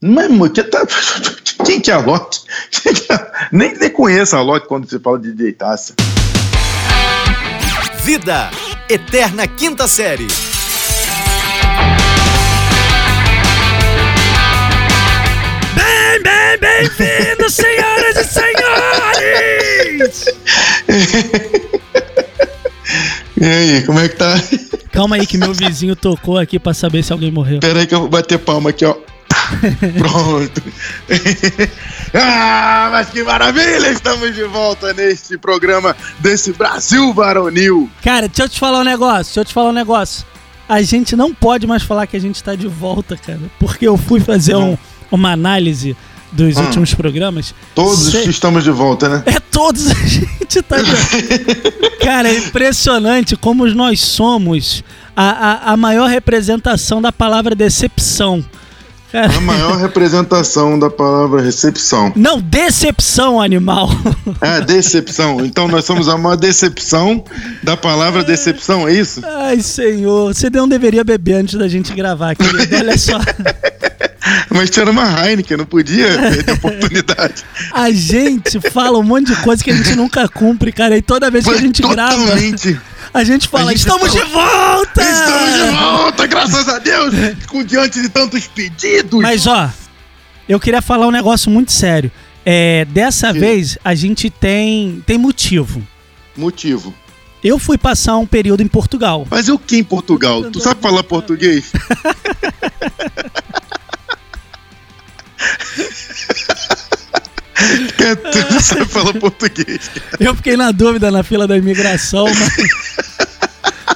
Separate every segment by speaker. Speaker 1: Mano, que tá... quem que é a Lotte? Que é... Nem, nem conheço a Lotte quando você fala de DJ Taça.
Speaker 2: Vida, Eterna Quinta Série.
Speaker 3: Bem, bem, bem-vindos, senhoras e senhores!
Speaker 1: E aí, como é que tá?
Speaker 3: Calma aí que meu vizinho tocou aqui pra saber se alguém morreu.
Speaker 1: Pera aí que eu vou bater palma aqui, ó. Pronto. ah, mas que maravilha! Estamos de volta neste programa desse Brasil varonil.
Speaker 3: Cara, deixa eu te falar um negócio, deixa eu te falar um negócio. A gente não pode mais falar que a gente tá de volta, cara. Porque eu fui fazer um- uma análise dos últimos programas.
Speaker 1: Todos
Speaker 3: Sei-
Speaker 1: estamos de volta, né?
Speaker 3: É todos a gente tá. Cara, é impressionante como nós somos a, a, a maior representação da palavra decepção. Cara,
Speaker 1: A maior representação da palavra recepção.
Speaker 3: não, decepção, animal.
Speaker 1: É, decepção. Então nós somos a maior decepção da palavra decepção, é isso?
Speaker 3: Ai, senhor, você não deveria beber antes da gente gravar, querido. Olha só.
Speaker 1: Mas era uma Heineken, não podia perder a oportunidade.
Speaker 3: A gente fala um monte de coisa que a gente nunca cumpre, cara. E toda vez que a
Speaker 1: Foi
Speaker 3: gente grava, Ah.
Speaker 1: totalmente.
Speaker 3: a gente
Speaker 1: A
Speaker 3: fala:
Speaker 1: gente
Speaker 3: Estamos
Speaker 1: fala-
Speaker 3: de volta!
Speaker 1: Estamos de volta, graças a Deus! Com diante de tantos pedidos!
Speaker 3: Mas ó, eu queria falar um negócio muito sério. É, dessa
Speaker 1: Diga.
Speaker 3: vez a gente tem tem motivo.
Speaker 1: Motivo.
Speaker 3: Eu fui passar um período em Portugal.
Speaker 1: Mas eu que em Portugal? Tu sabe falar português? É, tu não sabe falar português.
Speaker 3: Eu fiquei na dúvida na fila da imigração, mas...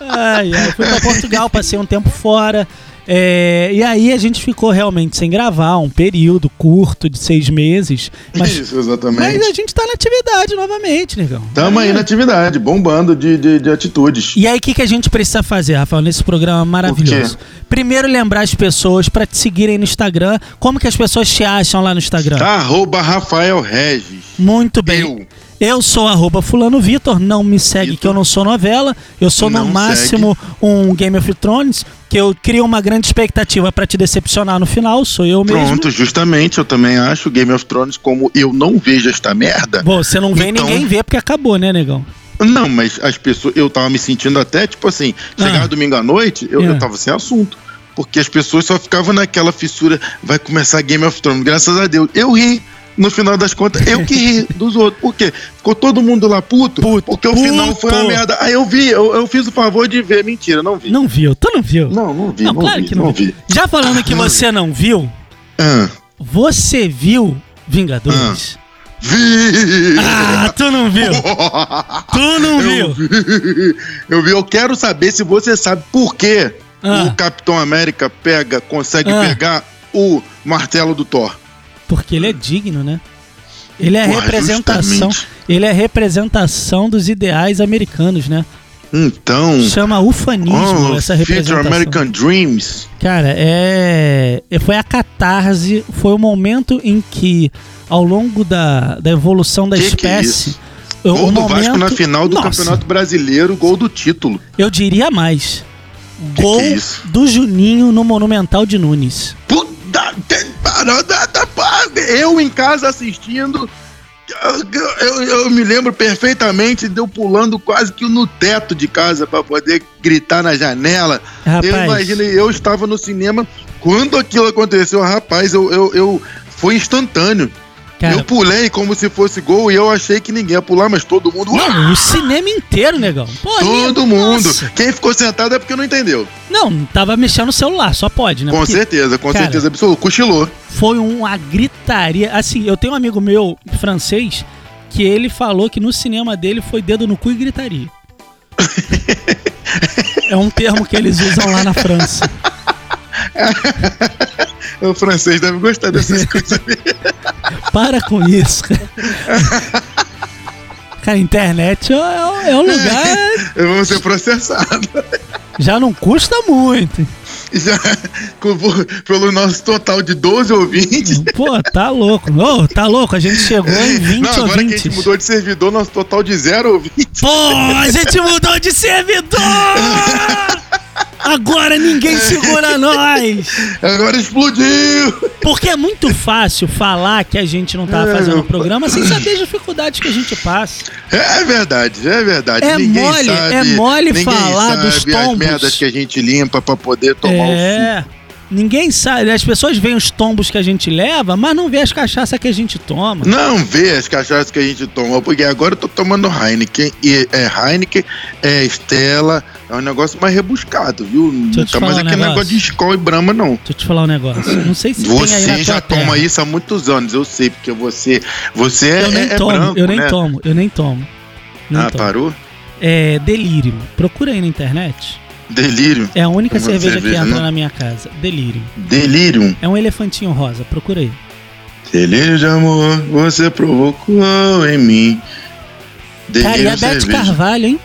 Speaker 3: Ai, ai, fui pra Portugal, passei um tempo fora. É, e aí a gente ficou realmente sem gravar, um período curto de seis meses. Mas,
Speaker 1: é Isso, exatamente.
Speaker 3: mas a gente tá na atividade novamente, negão.
Speaker 1: Tamo aí na atividade, bombando de, de, de atitudes.
Speaker 3: E aí, o que, que a gente precisa fazer, Rafael, nesse programa maravilhoso? Primeiro, lembrar as pessoas pra te seguirem no Instagram. Como que as pessoas te acham lá no
Speaker 1: Ah,
Speaker 3: Instagram?
Speaker 1: Arroba Rafael Regis.
Speaker 3: Muito bem.
Speaker 1: Eu.
Speaker 3: Eu sou arroba fulano Vitor, não me segue
Speaker 1: Vitor.
Speaker 3: que eu não sou novela, eu sou no
Speaker 1: Não
Speaker 3: máximo um Game of Thrones, que eu crio uma grande expectativa pra te decepcionar no final, sou eu mesmo.
Speaker 1: Pronto, justamente, eu também acho Game of Thrones, como eu não vejo esta merda.
Speaker 3: Bom, você não vê
Speaker 1: Então-
Speaker 3: ninguém ver porque acabou, né, negão?
Speaker 1: Não, mas as pessoas. Eu tava me sentindo até, tipo assim, chegava
Speaker 3: Ah.
Speaker 1: domingo à noite, eu,
Speaker 3: É.
Speaker 1: eu tava sem assunto. Porque as pessoas só ficavam naquela fissura, vai começar Game of Thrones, graças a Deus. Eu ri. No final das contas, eu que ri dos outros. Por quê? Ficou todo mundo lá puto,
Speaker 3: Puto,
Speaker 1: porque o final foi uma
Speaker 3: puto.
Speaker 1: merda. Aí eu vi, eu, eu fiz o favor de ver. Mentira, não vi.
Speaker 3: Não viu, tu não viu?
Speaker 1: Não, não vi, não, vi, não vi.
Speaker 3: Já falando que
Speaker 1: Não
Speaker 3: você não viu,
Speaker 1: Ah,
Speaker 3: você viu Vingadores?
Speaker 1: vi!
Speaker 3: Ah, tu não viu? Tu não
Speaker 1: Eu
Speaker 3: viu?
Speaker 1: vi. Eu vi, eu quero saber se você sabe por que
Speaker 3: Ah.
Speaker 1: o Capitão América pega, consegue
Speaker 3: Ah.
Speaker 1: pegar o martelo do Thor.
Speaker 3: Porque ele é digno, né? Ele é a
Speaker 1: Porra,
Speaker 3: representação.
Speaker 1: justamente.
Speaker 3: Ele é a representação dos ideais americanos, né?
Speaker 1: Então,
Speaker 3: Chama ufanismo
Speaker 1: oh,
Speaker 3: é essa
Speaker 1: Future
Speaker 3: representação.
Speaker 1: American Dreams.
Speaker 3: Cara, é. é- Foi a catarse, foi o momento em que, ao longo da, da evolução da
Speaker 1: Que que é
Speaker 3: espécie.
Speaker 1: isso?
Speaker 3: o
Speaker 1: Gol do
Speaker 3: É um momento-
Speaker 1: Vasco na final do
Speaker 3: Nossa,
Speaker 1: Campeonato Brasileiro, gol do título.
Speaker 3: Eu diria mais.
Speaker 1: Que
Speaker 3: Gol
Speaker 1: que é isso?
Speaker 3: do Juninho no Monumental de Nunes.
Speaker 1: Puta, que parada da parada. Eu em casa assistindo, eu, eu- eu me lembro perfeitamente de eu pulando quase que no teto de casa pra poder gritar na janela.
Speaker 3: Rapaz.
Speaker 1: Eu imagino, eu estava no cinema quando aquilo aconteceu, rapaz, eu, eu, eu- foi instantâneo.
Speaker 3: Cara,
Speaker 1: Eu pulei como se fosse gol e eu achei que ninguém ia pular, mas todo mundo. "Uau!"
Speaker 3: Não, o cinema inteiro, negão. Pô,
Speaker 1: Todo
Speaker 3: ali,
Speaker 1: mundo.
Speaker 3: nossa.
Speaker 1: Quem ficou sentado é porque não entendeu.
Speaker 3: Não, tava mexendo no celular, só pode, né?
Speaker 1: com
Speaker 3: Porque
Speaker 1: certeza, com
Speaker 3: cara,
Speaker 1: certeza absoluta. Cochilou.
Speaker 3: Foi um, uma gritaria. Assim, eu tenho um amigo meu, francês, que ele falou que no cinema dele foi dedo no cu e gritaria. é um termo que eles usam lá na França.
Speaker 1: O francês deve gostar dessas coisas.
Speaker 3: Para com isso, cara. Cara, a internet é, é um lugar.
Speaker 1: Vamos ser processados.
Speaker 3: Já não custa muito.
Speaker 1: Já, com- pelo nosso total de 12 ouvintes. né?
Speaker 3: Pô, tá louco. Ô, tá louco. A gente chegou em 20
Speaker 1: Não, agora que a
Speaker 3: ouvintes.
Speaker 1: gente mudou de servidor, nosso total de zero ouvintes.
Speaker 3: Pô, a gente mudou de servidor! Agora ninguém segura nós!
Speaker 1: Agora explodiu!
Speaker 3: Porque é muito fácil falar que a gente não tava fazendo o programa sem saber as dificuldades que a gente passa.
Speaker 1: É verdade, é verdade.
Speaker 3: É
Speaker 1: Ninguém
Speaker 3: mole-
Speaker 1: sabe-
Speaker 3: é mole
Speaker 1: ninguém
Speaker 3: falar
Speaker 1: sabe
Speaker 3: dos
Speaker 1: as
Speaker 3: tombos.
Speaker 1: merdas que a gente limpa pra poder tomar o suco.
Speaker 3: é. Ninguém sabe. As pessoas veem os tombos que a gente leva, mas não vê as cachaças que a gente toma.
Speaker 1: Não vê as cachaças que a gente toma, porque agora eu tô tomando Heineken. E é Heineken, é Estela, é um negócio mais rebuscado, viu?
Speaker 3: Deixa eu
Speaker 1: Não
Speaker 3: te
Speaker 1: tá mais
Speaker 3: falar um
Speaker 1: aquele negócio.
Speaker 3: negócio.
Speaker 1: de Skol e Brahma, não.
Speaker 3: Deixa eu te falar um negócio. Não sei se tem aí na
Speaker 1: Você
Speaker 3: tua
Speaker 1: já
Speaker 3: terra.
Speaker 1: toma isso há muitos anos, eu sei, porque você, você
Speaker 3: Eu
Speaker 1: é,
Speaker 3: nem
Speaker 1: é
Speaker 3: tomo,
Speaker 1: branco,
Speaker 3: eu nem
Speaker 1: né?
Speaker 3: tomo, eu nem tomo. Nem
Speaker 1: ah,
Speaker 3: tomo.
Speaker 1: parou?
Speaker 3: É delírio. Procura aí na internet.
Speaker 1: Delírio.
Speaker 3: É a única
Speaker 1: Não vou
Speaker 3: cerveja que
Speaker 1: cerveja, né?
Speaker 3: entra
Speaker 1: não.
Speaker 3: na minha casa. Delírio.
Speaker 1: Delírio.
Speaker 3: É um elefantinho rosa. Procura aí.
Speaker 1: Delírio de amor, você provocou em mim.
Speaker 3: Cara, e a
Speaker 1: Delírio é
Speaker 3: Beth
Speaker 1: cerveja.
Speaker 3: Carvalho, hein?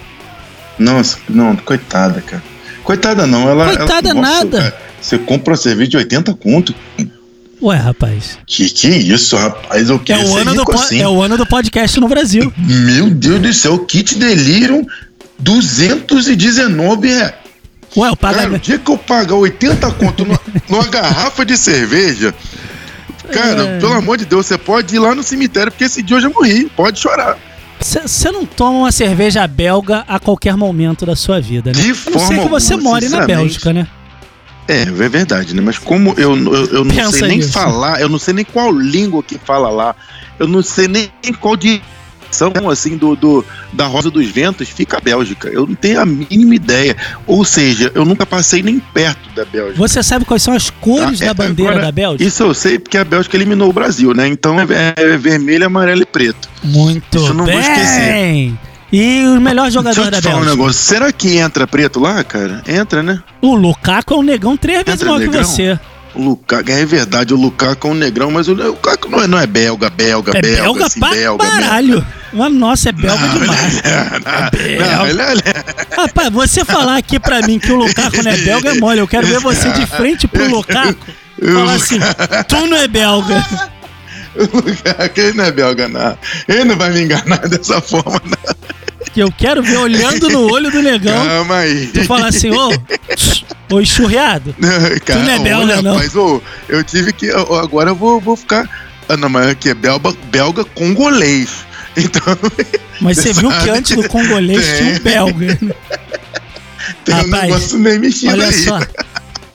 Speaker 1: Nossa, não, coitada, cara. Coitada não, ela.
Speaker 3: Coitada
Speaker 1: ela, nossa,
Speaker 3: nada.
Speaker 1: cara, você compra uma cerveja de 80 conto.
Speaker 3: Ué, rapaz.
Speaker 1: Que que isso, rapaz? Eu
Speaker 3: É
Speaker 1: quero
Speaker 3: o,
Speaker 1: ser
Speaker 3: ano do
Speaker 1: rico
Speaker 3: po-
Speaker 1: assim.
Speaker 3: é o ano do podcast no Brasil.
Speaker 1: Meu Deus do céu, kit delírio 219 reais.
Speaker 3: Ué, o
Speaker 1: Cara, o
Speaker 3: pagamento.
Speaker 1: dia que eu pagar 80 conto numa, numa garrafa de cerveja, cara,
Speaker 3: É.
Speaker 1: pelo amor de Deus, você pode ir lá no cemitério, porque esse dia eu já morri, pode chorar.
Speaker 3: Você não toma uma cerveja belga a qualquer momento da sua vida, né?
Speaker 1: De
Speaker 3: A não
Speaker 1: forma
Speaker 3: ser que você
Speaker 1: alguma,
Speaker 3: more na
Speaker 1: sinceramente.
Speaker 3: Bélgica, né?
Speaker 1: É, é verdade, né? Mas como eu, eu, eu não
Speaker 3: Pensa
Speaker 1: sei nem
Speaker 3: nisso.
Speaker 1: falar, eu não sei nem qual língua que fala lá, eu não sei nem em qual direção, assim, do, do- da Rosa dos Ventos fica a Bélgica. Eu não tenho a mínima ideia. Ou seja, eu nunca passei nem perto da Bélgica.
Speaker 3: Você sabe quais são as cores
Speaker 1: Ah, é,
Speaker 3: da bandeira
Speaker 1: agora-
Speaker 3: da Bélgica?
Speaker 1: Isso eu sei porque a Bélgica eliminou o Brasil, né? Então é, é vermelho, amarelo e preto.
Speaker 3: Muito
Speaker 1: Isso eu não vou
Speaker 3: bem.
Speaker 1: esquecer.
Speaker 3: E o melhor
Speaker 1: Deixa
Speaker 3: jogador
Speaker 1: eu
Speaker 3: da
Speaker 1: te falar um
Speaker 3: Bélgica?
Speaker 1: negócio. Será que entra preto lá, cara? Entra, né?
Speaker 3: O Lukaku é um negão três vezes
Speaker 1: Entra
Speaker 3: maior que
Speaker 1: negão? É
Speaker 3: você.
Speaker 1: O Lukaku, é verdade, o Lukaku é um negrão, mas o Lukaku não é, não é belga, belga,
Speaker 3: É
Speaker 1: belga,
Speaker 3: belga
Speaker 1: assim,
Speaker 3: pra
Speaker 1: belga,
Speaker 3: caralho. Mas, nossa, é belga
Speaker 1: Não,
Speaker 3: demais.
Speaker 1: ele
Speaker 3: É
Speaker 1: é- não,
Speaker 3: belga.
Speaker 1: ele é- ele é-
Speaker 3: Rapaz, você falar aqui pra mim que o Lukaku não é belga é mole. Eu quero ver você de frente pro Lukaku
Speaker 1: Eu-
Speaker 3: falar assim, tu não é belga.
Speaker 1: o Lukaku, ele não é belga, não. Ele não vai me enganar dessa forma, não.
Speaker 3: Que eu quero ver olhando no olho do negão,
Speaker 1: Calma aí.
Speaker 3: tu falar assim, ô, ô enxurriado.
Speaker 1: Cara,
Speaker 3: não é belga,
Speaker 1: olha,
Speaker 3: não.
Speaker 1: Mas, ô, eu tive que. ó, Agora eu vou, vou ficar. Ah, não, mas aqui é belga, belga congolês. Então,
Speaker 3: Mas você viu que
Speaker 1: Sabe?
Speaker 3: antes do congolês tinha um
Speaker 1: Tem.
Speaker 3: belga.
Speaker 1: tem um
Speaker 3: Rapaz,
Speaker 1: negócio meio mexido
Speaker 3: Olha
Speaker 1: aí.
Speaker 3: só,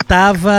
Speaker 3: tava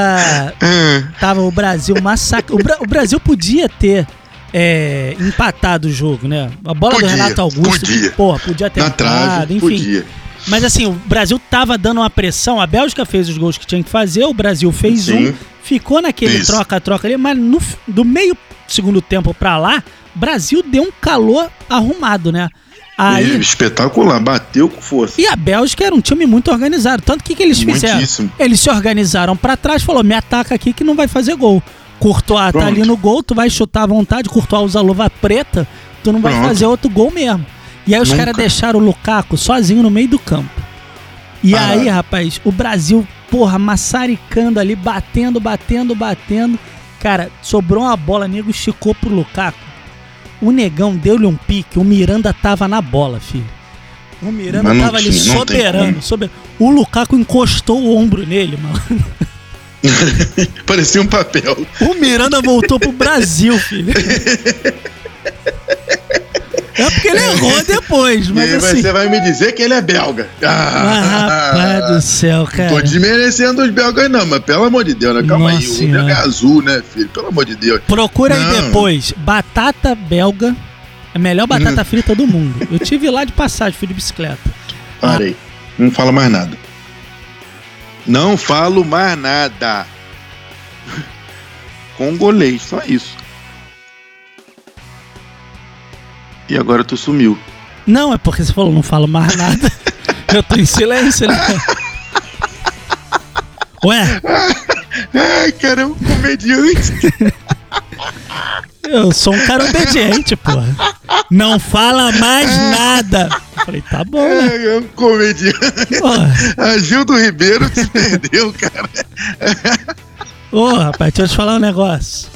Speaker 1: Ah,
Speaker 3: tava o Brasil massacre. O, Bra- o Brasil podia ter é, empatado o jogo, né? A bola
Speaker 1: Podia,
Speaker 3: do Renato Augusto,
Speaker 1: podia.
Speaker 3: porra, podia ter
Speaker 1: na
Speaker 3: empatado,
Speaker 1: trave,
Speaker 3: enfim.
Speaker 1: podia. É
Speaker 3: Mas assim, o Brasil tava dando uma pressão, a Bélgica fez os gols que tinha que fazer, o Brasil fez
Speaker 1: Sim.
Speaker 3: um, ficou naquele
Speaker 1: Isso.
Speaker 3: troca-troca ali, mas no, f- do meio segundo tempo pra lá, Brasil deu um calor arrumado, né? Aí,
Speaker 1: Espetacular, bateu com força.
Speaker 3: e a Bélgica era um time muito organizado. Tanto que, que eles fizeram?
Speaker 1: Muitíssimo.
Speaker 3: Eles se organizaram pra trás, falou: me ataca aqui que não vai fazer gol. Courtois tá
Speaker 1: Pronto.
Speaker 3: ali no gol, tu vai chutar à vontade, Courtois usa luva preta, tu não vai
Speaker 1: Pronto.
Speaker 3: fazer outro gol mesmo. E aí os
Speaker 1: Nunca.
Speaker 3: caras deixaram o Lukaku sozinho no meio do campo. E
Speaker 1: Parado.
Speaker 3: aí, rapaz, o Brasil, porra, maçaricando ali, batendo, batendo, batendo. Cara, sobrou uma bola, nego esticou pro Lukaku. O negão deu-lhe um pique, o Miranda tava na bola, filho. O Miranda
Speaker 1: Mas não
Speaker 3: tava ali
Speaker 1: tinha, não tem
Speaker 3: soberano,
Speaker 1: como.
Speaker 3: soberano. O Lukaku encostou o ombro nele, mano.
Speaker 1: Parecia um papel.
Speaker 3: O Miranda voltou pro Brasil, filho. É porque ele errou depois, mas
Speaker 1: e aí
Speaker 3: assim.
Speaker 1: você vai me dizer que ele é belga.
Speaker 3: Mas, rapaz do céu, cara.
Speaker 1: Tô desmerecendo os belgas, não, mas pelo amor de Deus, né? Calma
Speaker 3: Nossa
Speaker 1: aí. O
Speaker 3: Senhora.
Speaker 1: belga é azul, né, filho? Pelo amor de Deus.
Speaker 3: Procura aí
Speaker 1: Não.
Speaker 3: depois. Batata belga. é A melhor
Speaker 1: Hum.
Speaker 3: batata frita do mundo. Eu tive lá de passagem, fui de bicicleta.
Speaker 1: Parei. Não falo mais nada. Não falo mais nada. Congolês, só isso. E agora tu sumiu.
Speaker 3: Não, é porque você falou, não falo mais nada. Eu tô em silêncio, né? Ué,
Speaker 1: Ai, cara, é um comediante.
Speaker 3: eu sou um cara obediente, porra. Não fala mais nada. Eu Falei, tá bom, né?
Speaker 1: Ai, é um comediante.
Speaker 3: Porra.
Speaker 1: Agildo Ribeiro se perdeu, cara.
Speaker 3: Ô, rapaz, deixa eu te falar um negócio.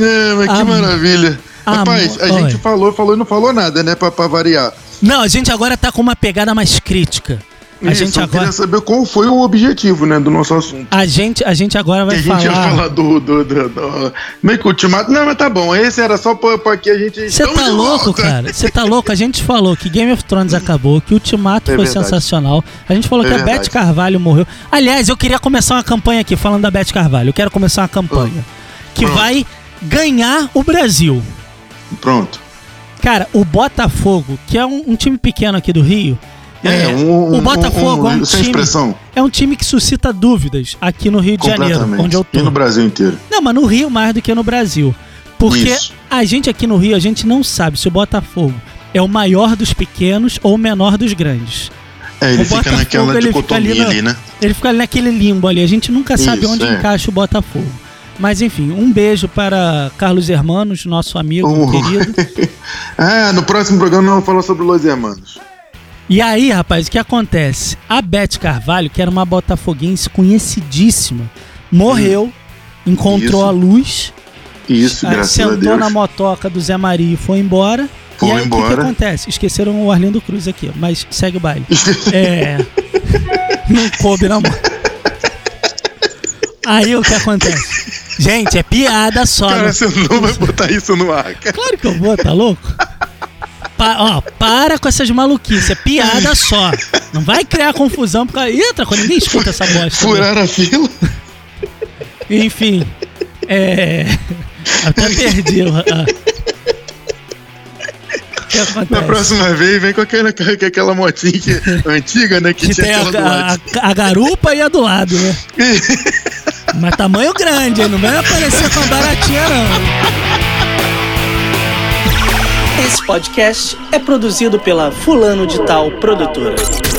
Speaker 1: É, mas que
Speaker 3: Am-
Speaker 1: maravilha.
Speaker 3: Am-
Speaker 1: Rapaz, a gente
Speaker 3: Oi.
Speaker 1: falou, falou e não falou nada, né? Pra, pra variar.
Speaker 3: Não, a gente agora tá com uma pegada mais crítica. A gente
Speaker 1: eu
Speaker 3: agora.
Speaker 1: queria saber qual foi o objetivo, né, do nosso assunto.
Speaker 3: A gente, a gente agora
Speaker 1: Que
Speaker 3: vai
Speaker 1: a gente
Speaker 3: falar.
Speaker 1: ia falar do, do, do, do- Meio que ultimato. Não, mas tá bom. Esse era só pra, pra que a gente.
Speaker 3: Você
Speaker 1: Estamos
Speaker 3: tá
Speaker 1: de
Speaker 3: louco,
Speaker 1: volta. Uhum.
Speaker 3: cara? Você tá louco? A gente falou que Game of Thrones acabou, que Ultimato
Speaker 1: É
Speaker 3: foi
Speaker 1: verdade.
Speaker 3: sensacional. A gente falou
Speaker 1: É
Speaker 3: que a
Speaker 1: verdade.
Speaker 3: Beth Carvalho morreu. Aliás, eu queria começar uma campanha aqui, falando da Beth Carvalho. Eu quero começar uma campanha que
Speaker 1: Pronto.
Speaker 3: vai ganhar o Brasil.
Speaker 1: Pronto.
Speaker 3: Cara, o Botafogo, que é um, um time pequeno aqui do Rio.
Speaker 1: É,
Speaker 3: é,
Speaker 1: um, um-
Speaker 3: o Botafogo
Speaker 1: um-
Speaker 3: é um
Speaker 1: sem
Speaker 3: time.
Speaker 1: expressão.
Speaker 3: É um time que suscita dúvidas aqui no Rio de Janeiro,
Speaker 1: completamente.
Speaker 3: onde eu tô.
Speaker 1: E no Brasil inteiro.
Speaker 3: Não, mas no Rio mais do que no Brasil. Porque
Speaker 1: Isso.
Speaker 3: a gente aqui no Rio, a gente não sabe se o Botafogo é o maior dos pequenos ou o menor dos grandes.
Speaker 1: É, ele
Speaker 3: O
Speaker 1: fica
Speaker 3: Botafogo,
Speaker 1: naquela
Speaker 3: ele fica
Speaker 1: dicotomia
Speaker 3: ali na-
Speaker 1: ali, né?
Speaker 3: Ele fica ali naquele limbo ali, a gente nunca sabe
Speaker 1: Isso,
Speaker 3: onde
Speaker 1: é.
Speaker 3: encaixa o Botafogo. Mas enfim, um beijo para Carlos Hermanos, nosso amigo
Speaker 1: Oh.
Speaker 3: querido.
Speaker 1: Ah, no próximo programa nós vamos falar sobre Los Hermanos.
Speaker 3: E aí, rapaz, o que acontece? A Beth Carvalho, que era uma botafoguense conhecidíssima, morreu, encontrou
Speaker 1: Hum. Isso.
Speaker 3: a luz,
Speaker 1: Isso,
Speaker 3: aí
Speaker 1: graças
Speaker 3: sentou
Speaker 1: a Deus.
Speaker 3: na motoca do Zé Maria e foi embora.
Speaker 1: Foi
Speaker 3: e aí, o que que,
Speaker 1: embora.
Speaker 3: acontece? Esqueceram o Arlindo Cruz aqui, mas segue o baile. é. Não coube, não. Aí o que acontece? Gente, é piada só.
Speaker 1: Cara,
Speaker 3: não
Speaker 1: você não vai botar isso no ar, cara.
Speaker 3: Claro que eu vou, tá louco? Pa- ó, para com essas maluquices, é piada só. Não vai criar confusão porque. Ih, Tracone, ninguém escuta essa bosta. né?
Speaker 1: Furar a fila.
Speaker 3: Enfim. É. Até perdi o. a- O que acontece?
Speaker 1: Na próxima vez, vem com aquela, com aquela motinha que- antiga, né? Que,
Speaker 3: Que
Speaker 1: tinha
Speaker 3: tem a,
Speaker 1: aquela do
Speaker 3: a-
Speaker 1: lado.
Speaker 3: a- a garupa e a do lado, né? Mas tamanho grande, hein? não vai aparecer com a baratinha, não. Esse podcast é produzido pela Fulano de Tal Produtora.